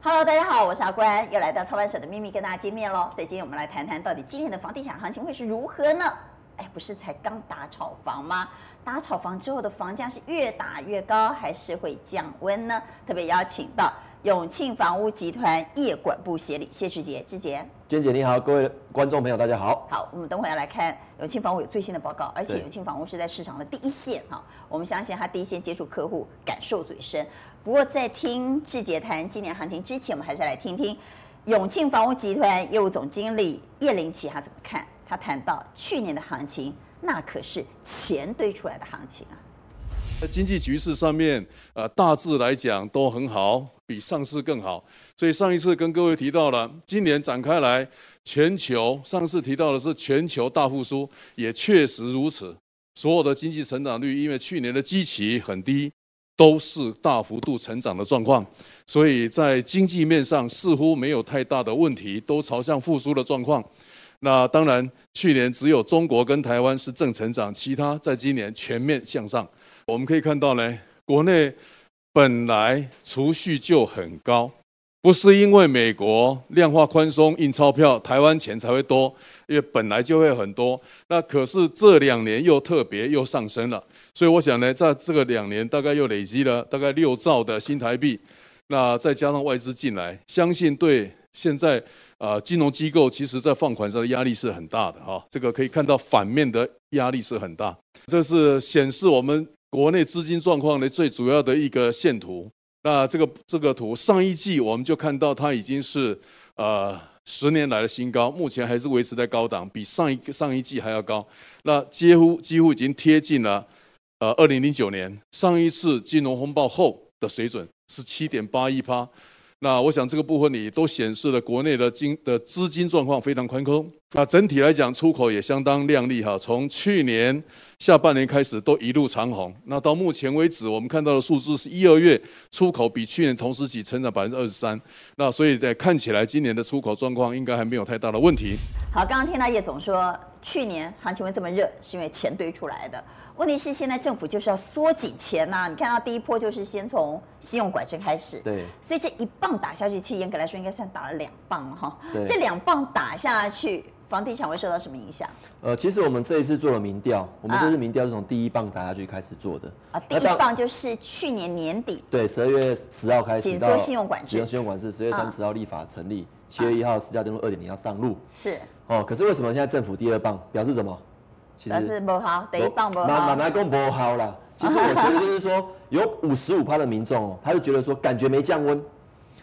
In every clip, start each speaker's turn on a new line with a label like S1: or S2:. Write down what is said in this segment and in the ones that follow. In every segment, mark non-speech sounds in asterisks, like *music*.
S1: Hello，大家好，我是阿关，又来到操盘手的秘密跟大家见面喽。在今天我们来谈谈到底今天的房地产行情会是如何呢？哎，不是才刚打炒房吗？打炒房之后的房价是越打越高，还是会降温呢？特别邀请到永庆房屋集团业管部协理谢志杰，志杰。
S2: 娟姐你好，各位观众朋友大家好。
S1: 好，我们等会要来看永庆房屋有最新的报告，而且
S2: 对
S1: 永庆房屋是在市场的第一线哈。我们相信他第一线接触客户，感受最深。不过在听志杰谈今年行情之前，我们还是来听听永庆房屋集团业务总经理叶林奇他怎么看。他谈到去年的行情，那可是钱堆出来的行情啊。
S3: 在经济局势上面，呃，大致来讲都很好，比上次更好。所以上一次跟各位提到了，今年展开来，全球上次提到的是全球大复苏，也确实如此。所有的经济成长率，因为去年的基期很低，都是大幅度成长的状况，所以在经济面上似乎没有太大的问题，都朝向复苏的状况。那当然，去年只有中国跟台湾是正成长，其他在今年全面向上。我们可以看到呢，国内本来储蓄就很高，不是因为美国量化宽松印钞票，台湾钱才会多，因为本来就会很多。那可是这两年又特别又上升了，所以我想呢，在这个两年大概又累积了大概六兆的新台币，那再加上外资进来，相信对现在。呃，金融机构其实在放款上的压力是很大的哈、这个可以看到反面的压力是很大。这是显示我们国内资金状况的最主要的一个线图。那这个这个图，上一季我们就看到它已经是呃十年来的新高，目前还是维持在高档，比上一个上一季还要高。那几乎几乎已经贴近了呃二零零九年上一次金融风暴后的水准，是七点八一趴。那我想这个部分里都显示了国内的经的资金状况非常宽松。那整体来讲，出口也相当亮丽哈。从去年下半年开始都一路长红。那到目前为止，我们看到的数字是一二月出口比去年同时期成长百分之二十三。那所以在看起来，今年的出口状况应该还没有太大的问题。
S1: 好，刚刚听到叶总说，去年行情会这么热，是因为钱堆出来的。啊问题是现在政府就是要缩紧钱呐、你看到第一波就是先从信用管制开始，
S2: 对
S1: 所以这一棒打下去，其实严格来说应该算打了两棒哈。
S2: 对
S1: 这两棒打下去，房地产会受到什么影响
S2: 呃，其实我们这一次做了民调，我们
S1: 啊
S2: 这次民调是从第一棒打下去开始做的
S1: 啊？第
S2: 那
S1: 一
S2: 当
S1: 棒就是去年年底，
S2: 对，十二月十号开始
S1: 紧缩
S2: 到
S1: 信用管制
S2: 紧缩信用管制，十月
S1: 啊
S2: 三十号立法成立，七月一号私家登录二点零要上路。
S1: 是，
S2: 哦，可是为什么现在政府第二棒表示什么？其
S1: 但是不好，第一棒不
S2: 拿
S1: 好
S2: 拿，来公不好啦。其实我觉得就是说，
S1: *laughs*
S2: 有五十五趴的民众哦，他就觉得说感觉没降温，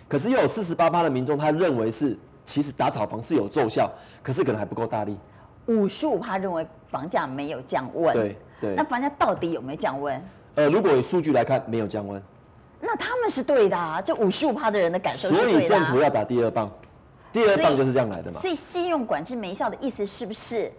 S2: 可是又有四十八趴的民众，他认为是其实打炒房是有奏效，可是可能还不够大力。
S1: 五十五认为房价没有降温，
S2: 对对
S1: 那房价到底有没有降温？
S2: 呃，如果以数据来看，没有降温，
S1: 那他们是对的啊，这五十五趴的人的感受是
S2: 所
S1: 对
S2: 以
S1: 的、
S2: 政
S1: 啊
S2: 府。要打第二棒，第二棒就是这样来的嘛
S1: 所。以信用管制没效的意思是不是？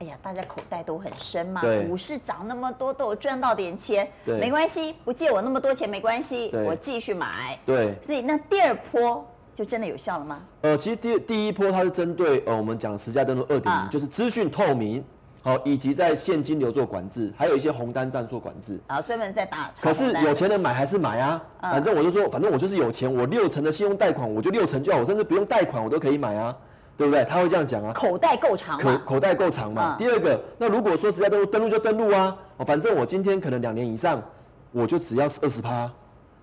S1: 哎呀，大家口袋都很深嘛，
S2: 对
S1: 股市涨那么多，都有赚到点钱，
S2: 对
S1: 没关系，不借我那么多钱没关系，
S2: 对
S1: 我继续买。
S2: 对，
S1: 所以那第二波就真的有效了吗？
S2: 呃，其实第第一波它是针对呃我们讲的实价登录二点
S1: 啊
S2: 零，就是资讯透明，好、以及在现金流做管制，还有一些红单站做管制。
S1: 然后专门在打炒房
S2: 可是
S1: 的
S2: 有钱人买还是买啊，
S1: 嗯
S2: 反正我就说，反正我就是有钱，我六成的信用贷款我就六成就好，我甚至不用贷款我都可以买啊，对不对？他会这样讲啊，
S1: 口袋够长
S2: 口
S1: 嘛，
S2: 口袋够长嘛。
S1: 嗯
S2: 第二个，那如果说实在登录登录就登录啊，哦反正我今天可能两年以上，我就只要二十趴，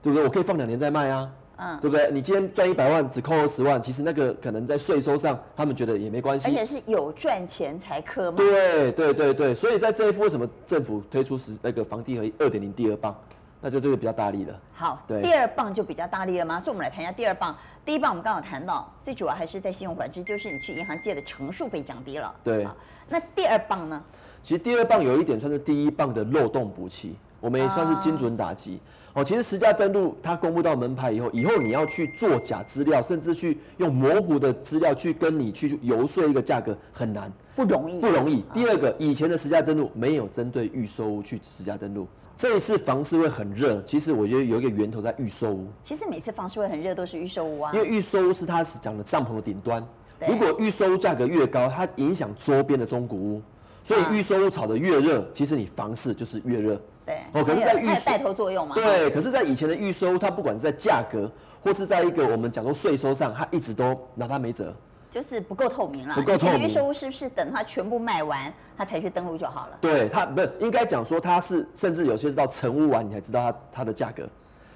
S2: 对不对？我可以放两年再卖啊。
S1: 嗯
S2: 对不对？你今天赚一百万，只扣二十万，其实那个可能在税收上，他们觉得也没关系。
S1: 而且是有赚钱才科嘛。
S2: 对啊对对对，所以在这一波为什么政府推出十那个房地合一二点零第二棒，那就这个比较大力了。
S1: 好，
S2: 对
S1: 第二棒就比较大力了吗？所以我们来谈一下第二棒。第一棒我们刚好谈到，最主要还是在信用管制，就是你去银行借的成数被降低了。
S2: 对
S1: 好那第二棒呢？
S2: 其实第二棒有一点算是第一棒的漏洞补齐，我们也算是精准打击。哦，其实实价登录它公布到门牌以后，以后你要去做假资料，甚至去用模糊的资料去跟你去游说一个价格很难，
S1: 不容易，
S2: 不容易。第二个，以前的实价登录没有针对预售屋去实价登录，这一次房市会很热，其实我觉得有一个源头在预售屋。
S1: 其实每次房市会很热，都是预售屋啊
S2: 因。为预售屋是它讲的帐篷的顶端，
S1: 对
S2: 如果预售屋价格越高，它影响周边的中古屋，所以
S1: 啊
S2: 预售屋炒得越热，其实你房市就是越热。
S1: 对。
S2: 哦可是
S1: 它
S2: 在
S1: 有
S2: 预
S1: 它有
S2: 售
S1: 带头作用嘛？
S2: 对，可是，在以前的预收，它不管是在价格，或是在一个我们讲说税收上，它一直都拿它没辙。
S1: 就是不够透明啦。
S2: 不够透明
S1: 以前预售屋是不是等它全部卖完，它才去登录就好了？
S2: 对它不是应该讲说它是，甚至有些是到成屋完你才知道它它的价格，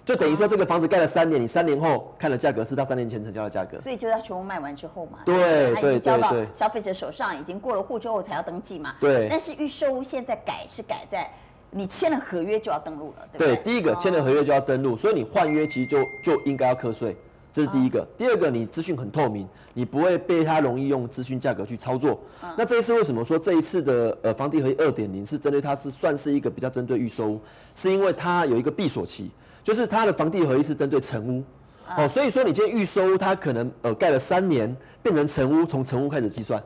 S2: 就等于说这个房子盖了三年，你三年后看的价格是它三年前成交的价格。
S1: 所以就是它全部卖完之后嘛，
S2: 对
S1: 它已
S2: 对
S1: 经交
S2: 对
S1: 到
S2: 对
S1: 消费者手上，已经过了户之后才要登记嘛。
S2: 对
S1: 但是预售屋现在改是改在你签了合约就要登录了，对不哦
S2: 对，
S1: 对？
S2: 第一个签了合约就要登录，所以你换约其实就就应该要课税，这是第一个。
S1: 嗯
S2: 第二个，你资讯很透明，你不会被他容易用资讯价格去操作。
S1: 嗯
S2: 那这一次为什么说这一次的呃房地合一二点零是针对它是算是一个比较针对预售屋，是因为它有一个闭锁期，就是它的房地合一是针对成屋。哦，所以说你今天预售屋，它可能呃盖了三年，变成成屋，从成屋开始计算。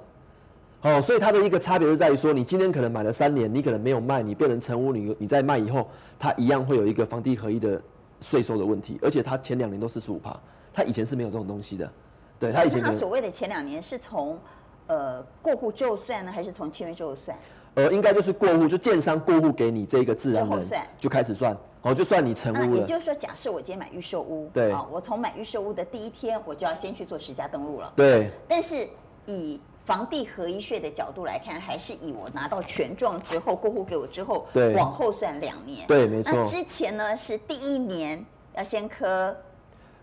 S2: 哦，所以它的一个差别就在于说，你今天可能买了三年，你可能没有卖，你变成成屋，你你再卖以后，它一样会有一个房地合一的税收的问题，而且它前两年都四十五趴，它以前是没有这种东西的，对，它以前
S1: 那
S2: 可
S1: 它所
S2: 能
S1: 谓的前两年是从呃过户之后算呢，还是从签约之后算？
S2: 呃应该就是过户，就建商过户给你这个自然
S1: 之后
S2: 人
S1: 算
S2: 呃就开始算，哦，就算你成
S1: 啊，
S2: 屋
S1: 也
S2: 了，
S1: 就是说，假设我今天买预售屋，
S2: 对
S1: 啊，我从买预售屋的第一天，我就要先去做实价登录了。
S2: 对
S1: 但是以房地合一税的角度来看，还是以我拿到权状之后，过户给我之后，
S2: 对
S1: 往后算两年。
S2: 对没
S1: 那
S2: 错
S1: 之前呢是第一年要先科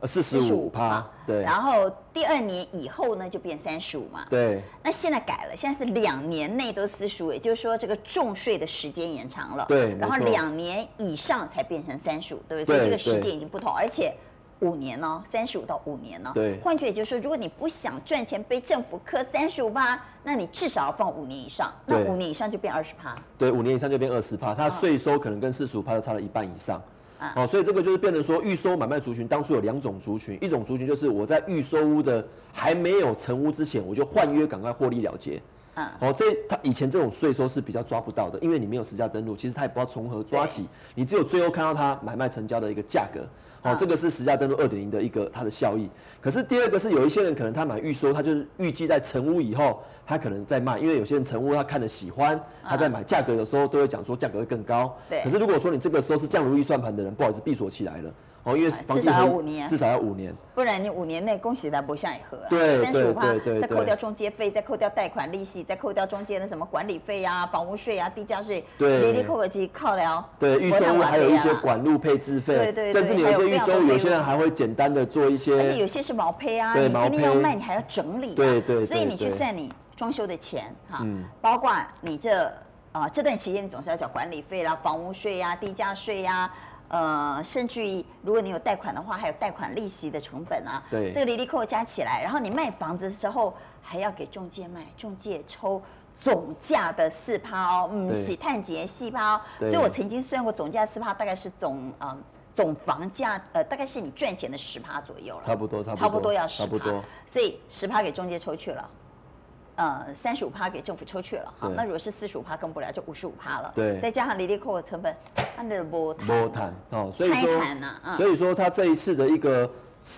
S2: 呃四十
S1: 45
S2: 五趴，对
S1: 然后第二年以后呢就变三十五嘛。
S2: 对
S1: 那现在改了，现在是两年内都四十五，也就是说这个重税的时间延长了。
S2: 对没
S1: 然后
S2: 错
S1: 两年以上才变成三十五，对不对？所以
S2: 对
S1: 这个时
S2: 对
S1: 间已经不同，而且。五年呢、3三十五到五年呢、
S2: 对
S1: 换句也就是说，如果你不想赚钱被政府扣三十五趴，那你至少要放五年以上。那
S2: 对
S1: 五年以上就变二十趴。
S2: 对，五年以上就变二十趴，它税收可能跟四十五趴就差了一半以上
S1: 啊。
S2: 哦，所以这个就是变成说，预收买卖族群当初有两种族群，一种族群就是我在预收屋的还没有成屋之前，我就换约赶快获利了结。
S1: 嗯
S2: 哦，这它以前这种税收是比较抓不到的，因为你没有实价登录，其实他也不知道从何抓起，你只有最后看到它买卖成交的一个价格。哦，
S1: 嗯
S2: 这个是实价登录二点零的一个它的效益。可是第二个是有一些人可能他买预收，他就是预计在成屋以后，他可能再卖，因为有些人成屋他看的喜欢，他在买价格的时候都会讲说价格会更高。
S1: 啊对
S2: 可是如果说你这个时候是降如预算盘的人，不好意思，闭锁起来了。哦，因为
S1: 啊
S2: 房
S1: 至
S2: 地
S1: 少要
S2: 合一
S1: 五年
S2: 至少要五年。
S1: 不然你五年内恭喜他不像也合啊，
S2: 对
S1: 三十五趴
S2: 对对，对
S1: 再扣掉中介费，再扣掉贷款利息，再扣掉中间的什么管理费啊、房屋税啊、地价税，
S2: 对
S1: 滴滴扣个机靠了。
S2: 对，预售屋还有一些
S1: 管，
S2: 管路配置费，
S1: 啊对对对
S2: 甚至你有
S1: 还有
S2: 些
S1: 这
S2: 预
S1: 样
S2: 售
S1: 的
S2: 屋，有
S1: 费
S2: 些人
S1: 用
S2: 还会简单的做一
S1: 而且有
S2: 些，
S1: 些是毛坯啊，
S2: 对
S1: 你今天要
S2: 毛坯
S1: 卖，你还要整理啊、
S2: 对对对
S1: 所以你去
S2: 对嗯
S1: 算你装修的钱哈、包括你这啊、这段期间你总是要缴管理费啦、房屋税呀、地价税呀、呃，甚至于如果你有贷款的话，还有贷款利息的成本啊，
S2: 对
S1: 这个利利扣扣加起来，然后你卖房子的时候还要给中介卖，中介抽。总价的四趴哦，嗯，
S2: 对
S1: 喜探节四趴哦，所
S2: 对
S1: 以我曾经算过总价四趴，大概是总嗯总房价呃，大概是你赚钱的十趴左右了。
S2: 差不多差不多
S1: 差不多要十，啊
S2: 差不多。
S1: 所以十趴给中介抽去了，呃，三十五趴给政府抽去了。好，
S2: 对
S1: 那如果是四十五趴跟不了，就五十五趴了。
S2: 对
S1: 再加上离离扣的成本，那你不
S2: 摸谈哦，所以
S1: 开
S2: 说
S1: 盘呐嗯，
S2: 所以说他这一次的一个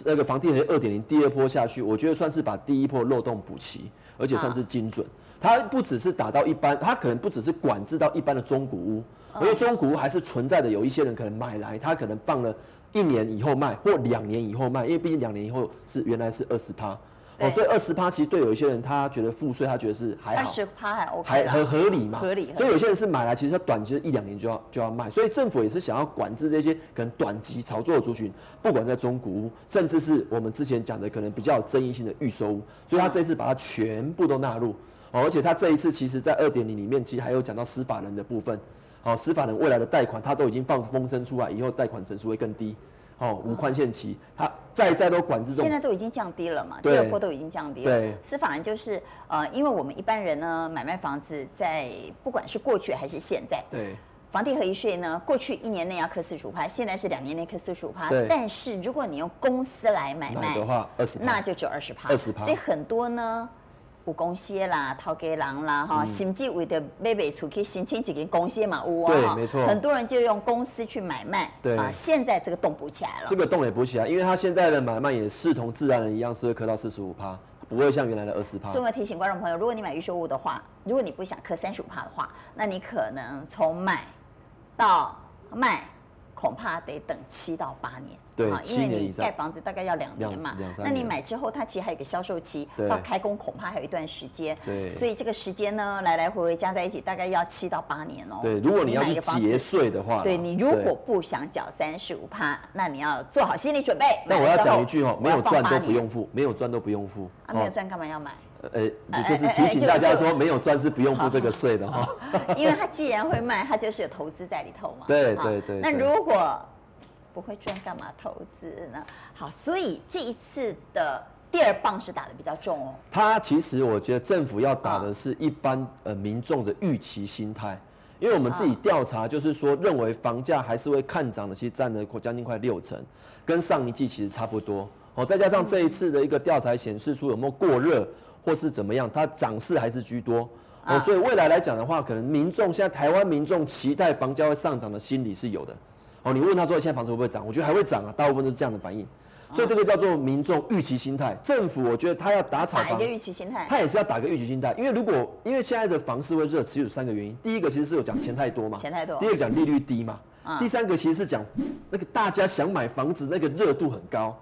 S2: 那个房地合二点零第二波下去，我觉得算是把第一波漏洞补齐，而且算是精准。它不只是打到一般，它可能不只是管制到一般的中古屋，
S1: 嗯
S2: 因为中古屋还是存在的，有一些人可能买来，他可能放了一年以后卖，或两年以后卖，因为毕竟两年以后是原来是二十趴。
S1: 对
S2: 哦，所以二十趴其实对有一些人，他觉得付税，他觉得是还
S1: 二
S2: 好，
S1: 十趴还 OK，
S2: 还
S1: 了
S2: 很合理嘛，
S1: 啊合理合理
S2: 所以有些人是买来，其实他短期一两年就要就要卖，所以政府也是想要管制这些可能短期炒作的族群，不管在中古屋，甚至是我们之前讲的可能比较有争议性的预售屋，所以他这次把它全部都纳入。哦，而且他这一次其实，在二点零里面，其实还有讲到司法人的部分。哦，司法人未来的贷款，他都已经放风声出来，以后贷款成数会更低。哦，无宽限期，他再再都管制
S1: 嗯
S2: 这
S1: 现在
S2: 种
S1: 都已经降低了嘛，第
S2: 对
S1: 二波都已经降低了
S2: 对。
S1: 司法人就是呃，因为我们一般人呢买卖房子在不管是过去还是现在，
S2: 对
S1: 房地合一税呢，过去一年内要课四十五趴，现在是两年内课四十五趴
S2: 对。
S1: 但是如果你用公司来买卖
S2: 买的话，二十
S1: 那就只有二十趴，
S2: 20%
S1: 所以很多呢，有公司啦、头家人啦，哈、
S2: 嗯
S1: 甚至为着买卖出去申请一间公司嘛，有啊，
S2: 对
S1: 哈
S2: 没错
S1: 很多人就用公司去买卖，啊
S2: 对
S1: 现在这个洞补起来了
S2: 这。个洞也补起来，因为它现在的买卖也视同自然人一样，是会磕到四十五趴，不会像原来的二十趴
S1: 所以。我要提醒观众朋友，如果你买预售物的话，如果你不想磕三十五趴的话，那你可能从买到卖，恐怕得等七到八年。
S2: 对
S1: 啊因
S2: 七
S1: 为
S2: 年
S1: 你
S2: 以上
S1: 盖房子大概要两年嘛
S2: 两两，三
S1: 那你
S2: 年
S1: 买之后，它其实还有一个销售期
S2: 对，
S1: 到开工恐怕还有一段时间。
S2: 对
S1: 所以这个时间呢，来来回回加在一起，大概要七到八年哦。
S2: 对，如果你要
S1: 买一
S2: 去
S1: 个房
S2: 节啊
S1: 子
S2: 税的话啦，
S1: 对你如果不想缴三十五趴，那你要做好心理准备。
S2: 但我
S1: 买
S2: 要
S1: 了之后
S2: 讲一句哦，
S1: 我
S2: 没有
S1: 要放
S2: 赚
S1: 八
S2: 都不
S1: 年
S2: 用付，没有赚都不用付。
S1: 啊，没有赚干嘛要买？
S2: 哦，呃，
S1: 哎
S2: 就是
S1: 哎哎
S2: 提醒
S1: 就
S2: 大家
S1: 就
S2: 说，没有赚是不用付这个税的哈。
S1: *laughs* 因为他既然会卖，他就是有投资在里头嘛。
S2: 对
S1: 哈
S2: 对对
S1: 那
S2: 对
S1: 如果不会赚，干嘛投资呢？好，所以这一次的第二棒是打的比较重哦。
S2: 它其实我觉得政府要打的是一般呃民众的预期心态，因为我们自己调查就是说，认为房价还是会看涨的，其实占了将近快六成，跟上一季其实差不多。哦，再加上这一次的一个调查显示出有没有过热或是怎么样，它涨势还是居多。哦，所以未来来讲的话，可能民众现在台湾民众期待房价会上涨的心理是有的。哦，你问他说现在房子会不会涨？我觉得还会涨啊，大部分都是这样的反应。
S1: 哦
S2: 所以这个叫做民众预期心态。政府我觉得他要打炒
S1: 打一
S2: 房
S1: 个，预期心态，
S2: 他也是要打个预期心态，因为如果因为现在的房市会热，其实有三个原因。第一个其实是有讲钱太多嘛，
S1: 钱太多嗯
S2: 第二个讲利率低嘛，第三个其实是讲那个大家想买房子那个热度很高。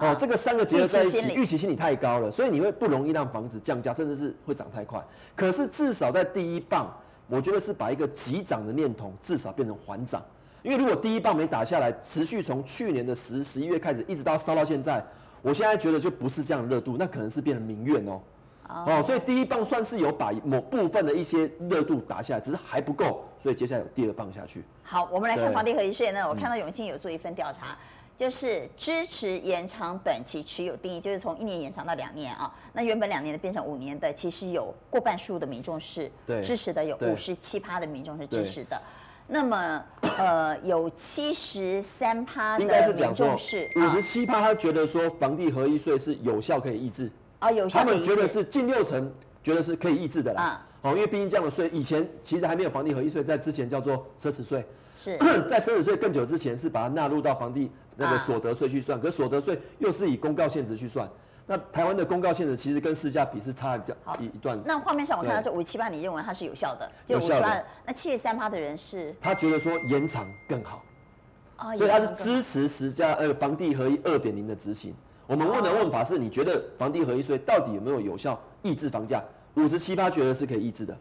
S2: 哦，这个三个结合在
S1: 啊
S2: 一
S1: 预期
S2: 起
S1: 心，理
S2: 预期心理太高了，所以你会不容易让房子降价，甚至是会涨太快。可是至少在第一棒，我觉得是把一个急涨的念头至少变成缓涨，因为如果第一棒没打下来，持续从去年的十十一月开始一直到烧到现在，我现在觉得就不是这样的热度，那可能是变成民怨哦。哦，所以第一棒算是有把某部分的一些热度打下来，只是还不够，所以接下来有第二棒下去。
S1: 好，我们来看
S2: 对嗯
S1: 房地合一税呢。我看到永庆有做一份调查，就是支持延长短期持有定义，就是从一年延长到两年啊。那原本两年的变成五年的，其实有过半数的民众是
S2: 对
S1: 支持的，有
S2: 对
S1: 五十七趴的民众是支
S2: 对
S1: 持的。那么，呃，有七十三趴
S2: 应该
S1: 的
S2: 是讲
S1: 民
S2: 说
S1: 众是，
S2: 五
S1: 啊
S2: 十七趴他觉得说房地合一税是有效可以抑制，
S1: 啊有效
S2: 他
S1: 的
S2: 们
S1: 意
S2: 觉得
S1: 思。嗯
S2: 是近六成觉得是可以抑制的啦。哦，因为毕竟这样的税，以前其实还没有房地合一税，在之前叫做奢侈税，
S1: 是
S2: *clears throat* *coughs* 在奢侈税更久之前是把它纳入到房地那
S1: 啊
S2: 个所得税去算，可是所得税又是以公告现值去算。那台湾的公告现值其实跟市价比是差比
S1: 好
S2: 较一一段。
S1: 那画面上我看到
S2: 对
S1: 这五七八，你认为它是有效的？就
S2: 有
S1: 五
S2: 效
S1: 七八
S2: 的，
S1: 那七十三趴的人是
S2: 他觉得说延长更好，
S1: 啊，
S2: 所以他是
S1: 有效的
S2: 支持实价呃房地合一二点零的执行。我们问的问法是，你觉得房地合一税到底有没有有效抑制房价？五十七趴觉得是可以抑制的，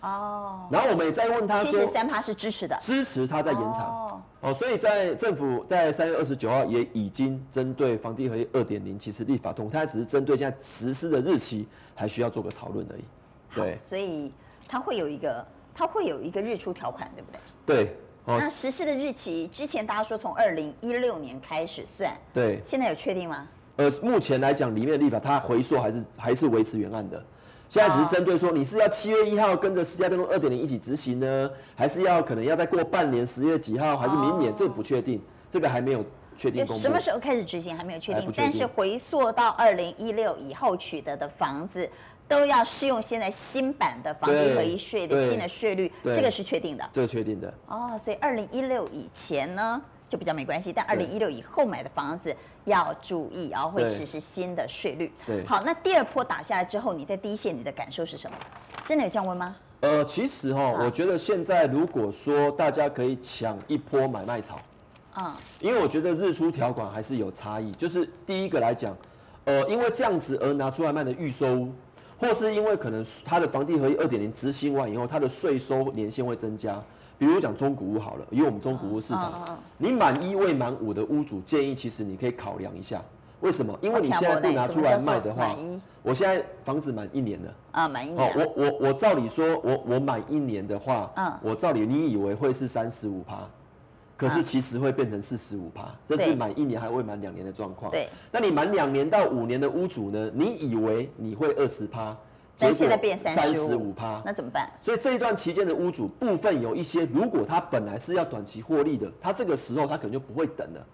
S1: 哦，
S2: 然后我们也在问他
S1: 七
S2: 说
S1: 十三趴是支持的。
S2: 支持他在延长
S1: 哦
S2: 哦，所以在政府在三月二十九号也已经针对房地合一二点零其实立法通，它只是针对现在实施的日期还需要做个讨论而已。
S1: 好
S2: 对，
S1: 所以它会有一个，它会有一个日出条款，对不对？
S2: 对哦
S1: 那实施的日期之前大家说从二零一六年开始算，
S2: 对，
S1: 现在有确定吗？
S2: 呃，目前来讲，里面的立法它回溯还是还是维持原案的。现在只是针对说你是要七月一号跟着私家登录二点零一起执行呢，还是要可能要再过半年十月几号，还是明年？这个不确定，这个还没有确
S1: 就
S2: 定公布。
S1: 哦什么时候开始执行还没有确
S2: 还
S1: 定
S2: 不，确定
S1: 但是回溯到二零一六以后取得的房子。都要适用现在新版的房地
S2: 对
S1: 合一税的
S2: 对
S1: 新的税率，
S2: 对
S1: 这个是确定的。
S2: 这个确定的，
S1: 哦，所以二零一六以前呢就比较没关系，但二
S2: 对
S1: 零一六以后买的房子要注意，然后会
S2: 对
S1: 实施新的税率。
S2: 对
S1: 好，那第二波打下来之后，你在第一线你的感受是什么？真的有降温吗？
S2: 呃，其实
S1: 啊
S2: 哈，我觉得现在如果说大家可以抢一波买卖潮，
S1: 啊、
S2: 因为我觉得日出条款还是有差异。就是第一个来讲，呃，因为这样子而拿出来卖的预售屋，或是因为可能它的房地合一二点零执行完以后，它的税收年限会增加。比如讲中古屋好了，以我们中古屋
S1: 嗯
S2: 市
S1: 嗯嗯
S2: 场，你满一未满五的屋主建议，其实你可以考量一下，为什么？因为你
S1: 我
S2: 现
S1: 听不
S2: 在不
S1: 懂
S2: 拿出来卖的
S1: 什么
S2: 话
S1: 叫做满一，
S2: 我现在房子满一年了。
S1: 啊，满意
S2: 哦，
S1: 年。
S2: 我我我照理说，我我满一年的话，
S1: 嗯
S2: 我照理你以为会是三十五趴，可
S1: 啊
S2: 是其实会变成四十五趴，这
S1: 对
S2: 是满一年还未满两年的状况。
S1: 对，
S2: 那你满两年到五年的屋主呢？你以为你会二十趴，
S1: 但
S2: 结果
S1: 现在变
S2: 三十
S1: 35
S2: 五趴，
S1: 那怎么办？
S2: 所以这一段期间的屋主部分有一些，如果他本来是要短期获利的，他这个时候他可能就不会等了，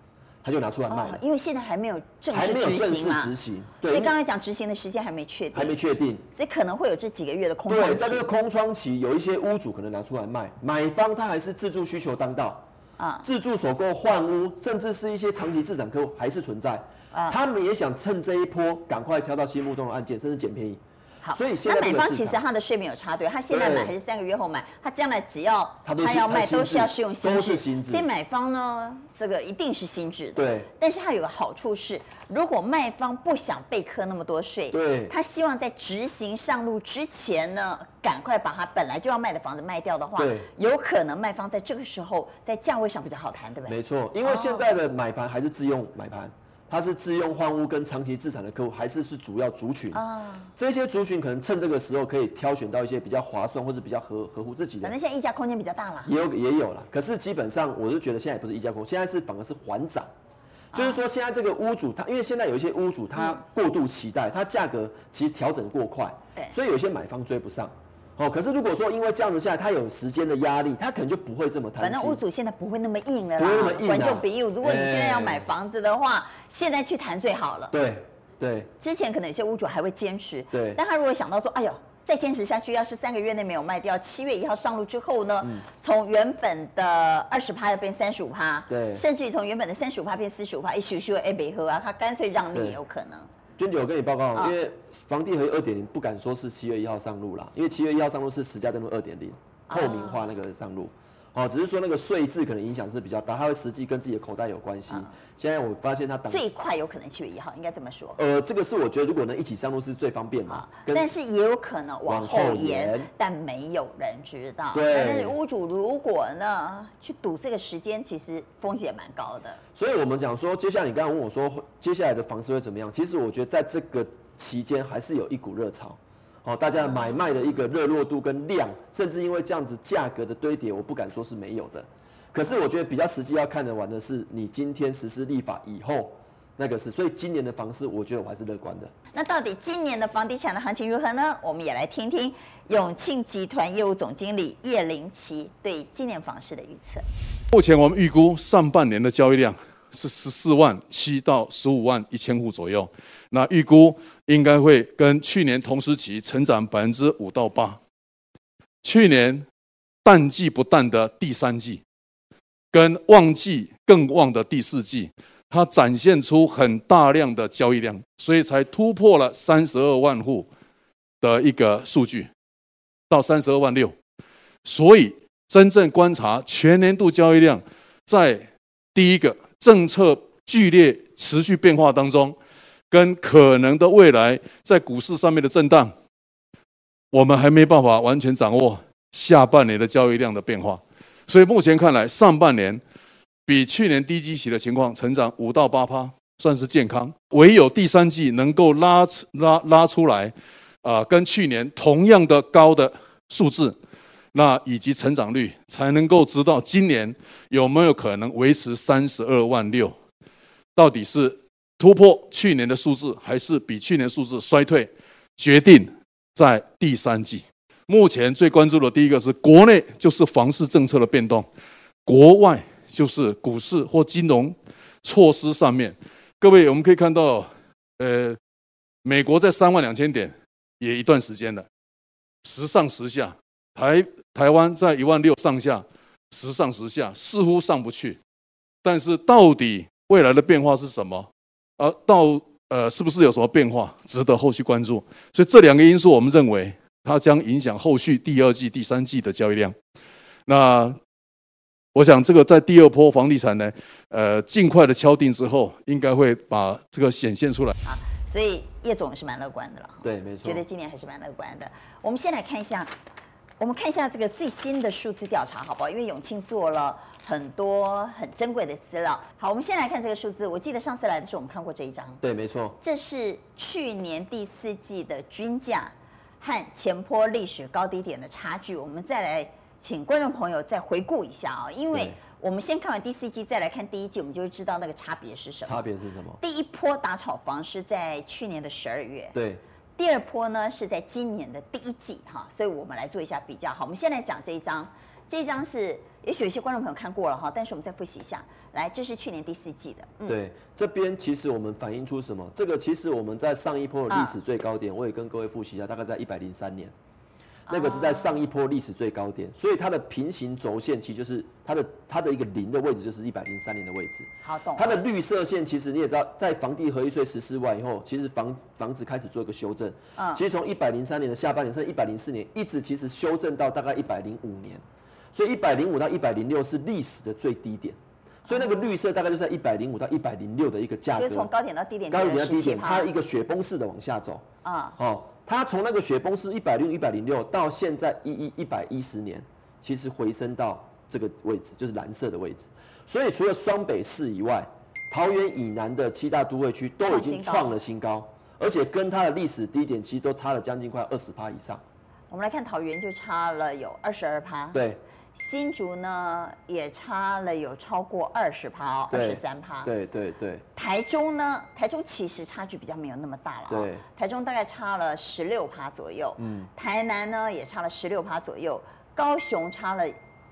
S2: 他就拿出来
S1: 哦
S2: 卖了，，
S1: 因为现在还没有正
S2: 还
S1: 式
S2: 没有
S1: 执
S2: 正
S1: 行
S2: 式
S1: 嘛，
S2: 执行，
S1: 所
S2: 对
S1: 以，刚才讲执行的时间还没确
S2: 还
S1: 定，
S2: 没确定。
S1: 所以可能会有这几个月的空
S2: 对，
S1: 窗
S2: 在这个
S1: 期
S2: 空窗期，有一些屋主可能拿出来卖，买方他还是自住需求当道，
S1: 啊。
S2: 自住首购换屋，甚至是一些长期资产客
S1: 啊
S2: 户还是存在，他们也想趁这一波赶快挑到心目中的案件，甚至捡便宜。
S1: 好，
S2: 所以现
S1: 那
S2: 在
S1: 买
S2: 这个
S1: 方
S2: 市
S1: 其实
S2: 场
S1: 他的税没有插队，他现在买
S2: 对
S1: 还是三个月后买，他将来只要
S2: 他都是
S1: 要
S2: 他
S1: 卖
S2: 新
S1: 都
S2: 制
S1: 是要适用新制，
S2: 都是新制
S1: 所以买方呢，这个一定是新制的。
S2: 对，
S1: 但是它有个好处是，如果卖方不想被课那么多税，
S2: 对
S1: 他希望在执行上路之前呢，赶快把他本来就要卖的房子卖掉的话
S2: 对，
S1: 有可能卖方在这个时候在价位上比较好谈，对不对？
S2: 没错，因为现在的买盘还是自用买盘，它是自用换屋跟长期资产的客户，还是是主要族群。
S1: 啊
S2: 这些族群可能趁这个时候可以挑选到一些比较划算或者比较合合乎自己的
S1: 反正现在溢价空间比较大啦。
S2: 也有也有啦，可是基本上我是觉得现在也不是一家公，现在是反而是还涨，就是说现在这个屋主他，因为现在有一些屋主他过度期待，他价格其实调整过快，
S1: 对
S2: 所以有些买方追不上。哦，可是如果说因为这样子下来，他有时间的压力，他可能就不会这么贪
S1: 反
S2: 心。
S1: 正屋主现在不会那么硬了啦，
S2: 不会那么硬啊
S1: 观众朋友，如果你现在要
S2: 哎
S1: 买房子的话，现在去谈最好了。
S2: 对对
S1: 之前可能有些屋主还会坚持，
S2: 对
S1: 但他如果想到说，哎呦，再坚持下去，要是三个月内没有卖掉，七月一号上路之后呢，
S2: 嗯
S1: 从原本的二十趴要变三十五趴，
S2: 对
S1: 甚至于从原本的三十五趴变四十五趴，一咻咻哎没喝啊，他干脆让利
S2: 对
S1: 也有可能。
S2: 娟姐，我跟你报告，
S1: 啊
S2: 因为房地合一二点零不敢说是七月一号上路啦，因为七月一号上路是实价登录二点零
S1: 啊
S2: 透明化那个上路。哦，只是说那个税制可能影响是比较大，它会实际跟自己的口袋有关系。现在我发现它
S1: 啊
S2: 挡，
S1: 最快有可能七月一号，应该这么说。
S2: 呃，这个是我觉得如果能一起上路是最方便嘛
S1: 啊。
S2: 跟
S1: 但是也有可能往
S2: 往
S1: 后
S2: 后
S1: 延
S2: 延，
S1: 但没有人知道。
S2: 对
S1: 但是屋主如果呢去赌这个时间，其实风险蛮高的。
S2: 所以我们讲说，接下来你刚刚问我说，接下来的房市会怎么样？其实我觉得在这个期间还是有一股热潮，哦，大家买卖的一个热络度跟量，甚至因为这样子价格的堆叠，我不敢说是没有的。可是我觉得比较实际要看得完的是，你今天实施立法以后，那个是，所以今年的房市，我觉得我还是乐观的。
S1: 那到底今年的房地产的行情如何呢？我们也来听听永庆集团业务总经理叶林奇对今年房市的预测。
S3: 目前我们预估上半年的交易量是十四万七到十五万一千户左右，那预估应该会跟去年同时期成长百分之五到八。去年淡季不淡的第三季，跟旺季更旺的第四季，它展现出很大量的交易量，所以才突破了三十二万户的一个数据，到三十二万六。所以真正观察全年度交易量，在第一个政策剧烈持续变化当中，跟可能的未来在股市上面的震荡，我们还没办法完全掌握下半年的交易量的变化。所以目前看来，上半年比去年低基期的情况成长五到八趴，算是健康。唯有第三季能够拉出拉拉出来，啊、跟去年同样的高的数字，那以及成长率，才能够知道今年有没有可能维持三十二万六，到底是突破去年的数字，还是比去年数字衰退，决定在第三季。目前最关注的第一个是国内，就是房市政策的变动；国外就是股市或金融措施上面。各位，我们可以看到，呃，美国在三万两千点也一段时间了，时上时下。台台湾在一万六上下，时上时下，似乎上不去。但是到底未来的变化是什么？啊，到呃，是不是有什么变化，值得后续关注？所以这两个因素，我们认为它将影响后续第二季、第三季的交易量。那我想，这个在第二波房地产呢，呃，尽快的敲定之后，应该会把这个显现出来。
S1: 啊所以叶总是蛮乐观的了，
S2: 对，没错
S1: 觉得。今年还是蛮乐观的。我们先来看一下，我们看一下这个最新的数字调查，好不好？因为永庆做了很多很珍贵的资料。好，我们先来看这个数字。我记得上次来的时候，我们看过这一张。
S2: 对，没错。
S1: 这是去年第四季的均价和前坡历史高低点的差距。我们再来请观众朋友再回顾一下啊、因为
S2: 对
S1: 我们先看完第四季，再来看第一季，我们就会知道那个差别是什么。
S2: 差别是什么？
S1: 第一波打炒房是在去年的十二月，
S2: 对，
S1: 第二波呢是在今年的第一季哈，所以我们来做一下比较。好，我们先来讲这一张，这一张是也许有些观众朋友看过了哈，但是我们再复习一下。来，这是去年第四季的，嗯，
S2: 对，这边其实我们反映出什么？这个其实我们在上一波的历史最高点，我也跟各位复习一下，大概在一百零三年。那个是在上一波历史最高点，所以它的平行轴线其实就是它的它的一个零的位置就是一百零三年的位置。
S1: 好懂了。
S2: 它的绿色线其实你也知道，在房地合一税实施完以后，其实房房子开始做一个修正。
S1: 嗯
S2: 其实从一百零三年的下半年，甚至一百零四年，一直其实修正到大概一百零五年，所以一百零五到一百零六是历史的最低点。所以那个绿色大概就在一百零五到一百零六的一个价格，
S1: 就是从高点到低点，
S2: 高一点到
S1: 17%
S2: 低点，它一个雪崩式的往下走。
S1: 啊，
S2: 哦，它从那个雪崩是一百六、一百零六，到现在一一一百一十年，其实回升到这个位置，就是蓝色的位置。所以除了双北市以外，桃园以南的七大都会区都已经创了新高，而且跟它的历史低点其实都差了将近快二十趴以上。
S1: 我们来看桃园就差了有二十二趴，，
S2: 对
S1: 新竹呢也差了有超过二十趴哦，二
S2: 对
S1: 十三趴，
S2: 对对对
S1: 台中呢，台中其实差距比较没有那么大了、哦，
S2: 对，
S1: 台中大概差了十六趴左右，嗯，台南呢也差了十六趴左右，高雄差了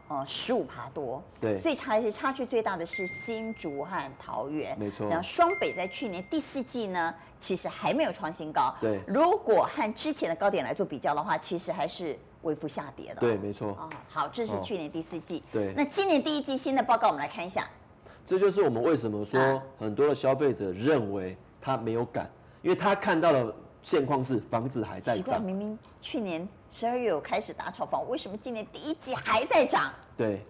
S1: 呃十五趴多，
S2: 对
S1: 所以差一差距最大的是新竹和桃园，
S2: 没错
S1: 然后双北在去年第四季呢，其实还没有创新高，
S2: 对
S1: 如果和之前的高点来做比较的话，其实还是微幅下跌的，
S2: 对，没错。
S1: 哦，好，这是
S2: 哦
S1: 去年第四季，
S2: 对
S1: 那今年第一季新的报告我们来看一下，
S2: 这就是我们为什么
S1: 啊
S2: 说很多的消费者认为他没有感，因为他看到的现况是房子还在
S1: 奇怪，
S2: 涨。
S1: 明明去年十二月有开始打炒房，为什么今年第一季还在涨
S2: 对，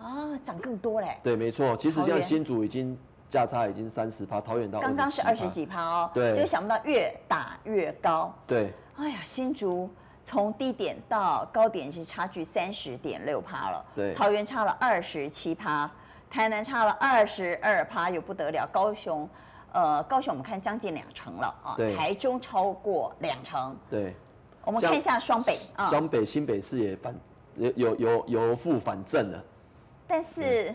S1: 啊？涨更多嘞，
S2: 对，没错。其实
S1: 桃
S2: 现在
S1: 园
S2: 新竹已经价差已经三十趴，桃园到
S1: 刚刚是二十
S2: 27%。
S1: 几趴哦，
S2: 对
S1: 结果想不到越打越高。
S2: 对
S1: 哎呀，新竹从低点到高点是差距三十点六趴了，
S2: 对
S1: 桃园差了二十七趴，台南差了二十二趴，有不得了，高雄。呃，高雄我们看将近两成了啊，
S2: 对
S1: 台中超过两成。
S2: 对，
S1: 我们
S2: 像
S1: 看一下双北啊，
S2: 双北、新北市也反也有有有负反正了，
S1: 但
S2: 嗯
S1: 是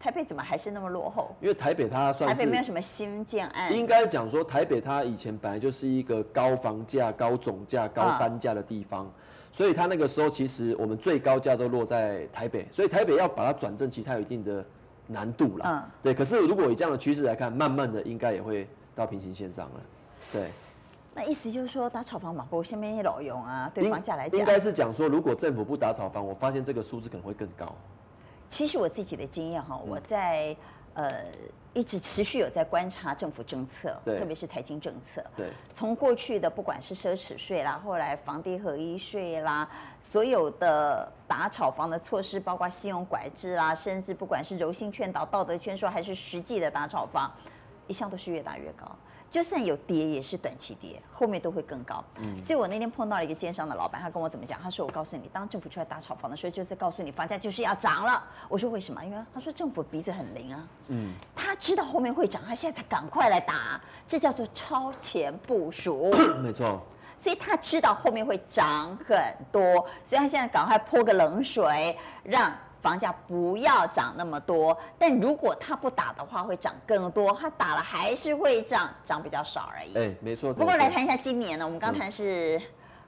S1: 台北怎么还是那么落后？
S2: 因为台北它算
S1: 台北
S2: 是
S1: 没有什么新建案，
S2: 应该讲说，台北它以前本来就是一个高房价、高总价、
S1: 啊
S2: 高单价的地方，所以它那个时候其实我们最高价都落在台北，所以台北要把它转正，其实它有一定的难度啦。
S1: 嗯
S2: 对，可是如果以这样的趋势来看，慢慢的应该也会到平行线上了。对。
S1: 那意思就是说打炒房嘛，不下面一楼用啊，对
S2: 应
S1: 房价来
S2: 应
S1: 讲，
S2: 该是讲说，如果政府不打炒房，我发现这个数字可能会更高。
S1: 其实我自己的经验
S2: 嗯
S1: 哈，我在呃一直持续有在观察政府政策，
S2: 对
S1: 特别是财经政策。
S2: 对 *coughs*
S1: 从过去的不管是奢侈税啦，后来房地合一税啦，所有的打炒房的措施，包括信用管制啦，甚至不管是柔性劝导、道德劝说，还是实际的打炒房，一向都是越打越高。就算有跌，也是短期跌，后面都会更高。所以我那天碰到了一个奸商的老板，他跟我怎么讲？他说：“我告诉你，当政府出来打炒房的时候，就是告诉你房价就是要涨了。”我说：“为什么？”因为他说政府鼻子很灵啊。他知道后面会涨，他现在才赶快来打，这叫做超前部
S2: *coughs*
S1: 署。
S2: 没错，
S1: 所以他知道后面会涨很多，所以他现在赶快泼个冷水，让房价不要涨那么多。但如果他不打的话，会涨更多；他打了还是会涨，涨比较少而已。
S2: 哎、没错。
S1: 不过来
S2: 没错
S1: 谈一下今年呢，我们刚谈是、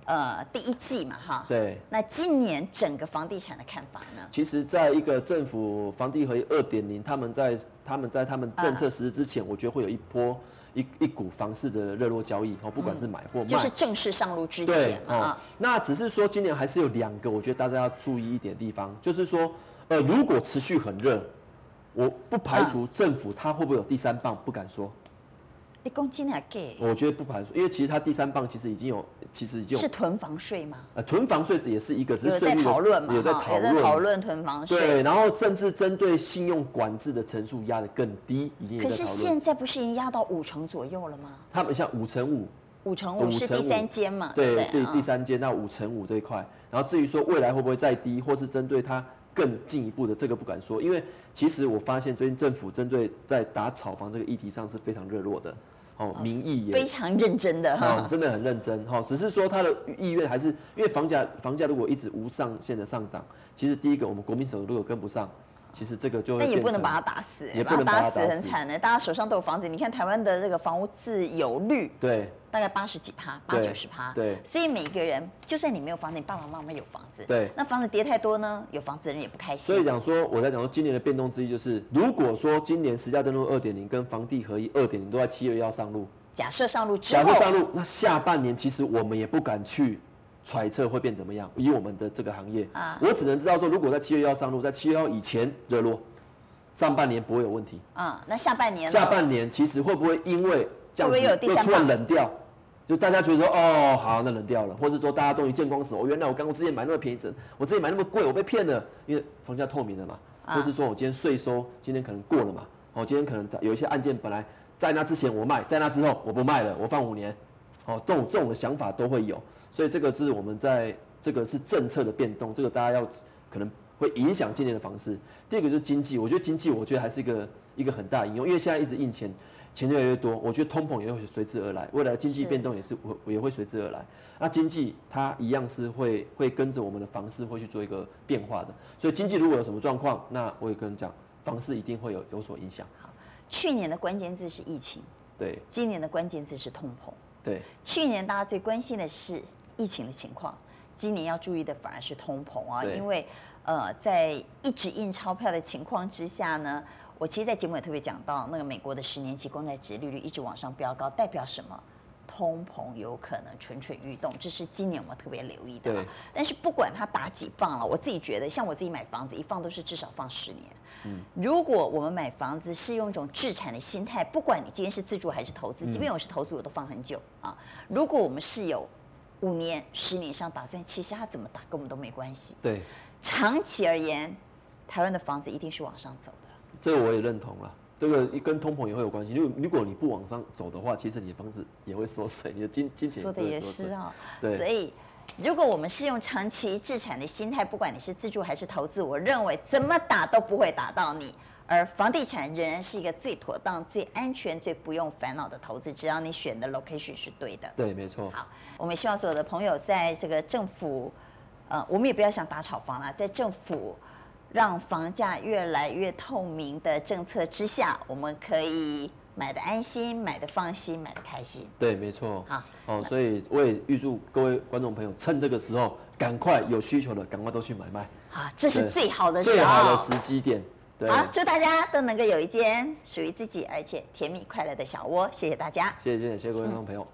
S1: 呃第一季嘛，哈。。
S2: 对，
S1: 那今年整个房地产的看法呢？
S2: 其实，在一个政府房地合一二点零，他们在他们在他们政策实施之前，我觉得会有一波一一股房市的热络交易哦，不管是买或卖，
S1: 嗯就是正式上路之
S2: 对哦
S1: 前嘛，啊，
S2: 那只是说今年还是有两个，我觉得大家要注意一点的地方，就是说，呃，如果持续很热，我不排除政府它会不会有第三棒，不敢说。
S1: 你公斤还给？
S2: 我觉得不排除，因为其实它第三棒其实已经有，其实已经有
S1: 是囤房税吗？
S2: 呃囤房税也是一个，只
S1: 有
S2: 是税
S1: 在
S2: 率的
S1: 讨论嘛？
S2: 有在
S1: 哈
S2: 讨
S1: 有在讨
S2: 论。
S1: 论囤房税。
S2: 对，然后甚至针对信用管制的层数压得更低，已经有
S1: 可
S2: 在
S1: 是
S2: 讨
S1: 现
S2: 论。
S1: 在不是已经压到五成左右了吗？
S2: 他们像五乘五，
S1: 五成
S2: 呃
S1: 五是第三间嘛？
S2: 对
S1: 不对，
S2: 第
S1: 嗯
S2: 三间那五乘五这一块。然后至于说未来会不会再低，或是针对它更进一步的，这个不敢说，因为其实我发现最近政府针对在打炒房这个议题上是非常热络的，哦，民意也
S1: 非常认真的
S2: 哦，
S1: 哈。
S2: 真的很认真哈、只是说他的意愿还是因为房价房价如果一直无上限的上涨，其实第一个我们国民手如果跟不上，其实这个就会
S1: 但也不能
S2: 变成
S1: 把它打死，
S2: 也不能把它
S1: 死
S2: 打
S1: 很
S2: 死
S1: 惨的。大家手上都有房子，你看台湾的这个房屋自有率
S2: 对
S1: 大概八十几趴，八
S2: 对
S1: 九十趴。
S2: 对
S1: 所以每个人，就算你没有房子，你爸爸妈妈有房子。
S2: 对
S1: 那房子跌太多呢，有房子的人也不开
S2: 所以
S1: 心。
S2: 讲说，我在讲说今年的变动之一就是，如果说今年实价登录二点零跟房地合一二点零都在七月要上路，
S1: 假设上路之
S2: 假设上
S1: 后，
S2: 路，那下半年其实我们也不敢去揣测会变怎么样。以我们的这个行业，
S1: 啊
S2: 我只能知道说，如果在七月一号上路，在七月一号以前热络，上半年不会有问题。
S1: 嗯，那下半年呢
S2: 下半年其实会不会因为这样
S1: 会不会
S2: 子
S1: 有第
S2: 又
S1: 三
S2: 突然
S1: 棒
S2: 冷掉？就大家觉得说哦好，那冷掉了，或是说大家终于见光死。我、哦原来我刚刚之前买那么便宜，整我之前买那么贵，我被骗了，因为房价透明了嘛，
S1: 啊
S2: 或是说我今天税收今天可能过了嘛，哦，今天可能有一些案件本来在那之前我卖，在那之后我不卖了，我放五年，哦，这种这种的想法都会有，所以这个是我们在这个是政策的变动，这个大家要可能会影响今年的房市。第二个就是经济，我觉得经济我觉得还是一个一个很大的引诱，因为现在一直印钱，钱越来越多，我觉得通膨也会随之而来，未来经济
S1: 是
S2: 变动也是我也会随之而来。那经济它一样是会会跟着我们的房市会去做一个变化的，所以经济如果有什么状况，那我也跟你讲，房市一定会有有所影响。
S1: 去年的关键字是疫情，
S2: 对
S1: 今年的关键字是通膨。
S2: 对
S1: 去年大家最关心的是疫情的情况，今年要注意的反而是通膨啊，
S2: 对
S1: 因为呃，在一直印钞票的情况之下呢，我其实，在节目也特别讲到，那个美国的十年期公债值利率一直往上飙高，代表什么？通膨有可能蠢蠢欲动，这是今年我们特别留意的啊
S2: 对。
S1: 但是不管它打几放了，我自己觉得，像我自己买房子，一放都是至少放十年。如果我们买房子是用一种置产的心态，不管你今天是自住还是投资，即便我是投资，我都放很久啊。如果我们是有五年、十年以上打算，其实它怎么打跟我们都没关系。
S2: 对，
S1: 长期而言，台湾的房子一定是往上走的。
S2: 这个我也认同了。这个跟通膨也会有关系。如果如果你不往上走的话，其实你的房子也会缩水，你的金金钱
S1: 说的
S2: 会
S1: 也
S2: 缩水
S1: 是啊、
S2: 对
S1: 所以如果我们是用长期置产的心态，不管你是自住还是投资，我认为怎么打都不会打到你。而房地产仍然是一个最妥当、最安全、最不用烦恼的投资，只要你选的 location 是对的。
S2: 对，没错。
S1: 好，我们也希望所有的朋友在这个政府，呃，我们也不要想打炒房啦，在政府让房价越来越透明的政策之下，我们可以买的安心、买的放心、买的开心。
S2: 对，没错。
S1: 好
S2: 哦，所以我也预祝各位观众朋友，趁这个时候，赶快有需求的，赶快都去买卖，
S1: 啊，这是
S2: 对
S1: 最好的时候，啊
S2: 最好的时机点。对，
S1: 好，祝大家都能够有一间属于自己而且甜蜜快乐的小窝，谢谢大家。
S2: 谢谢谢谢各位观众朋友。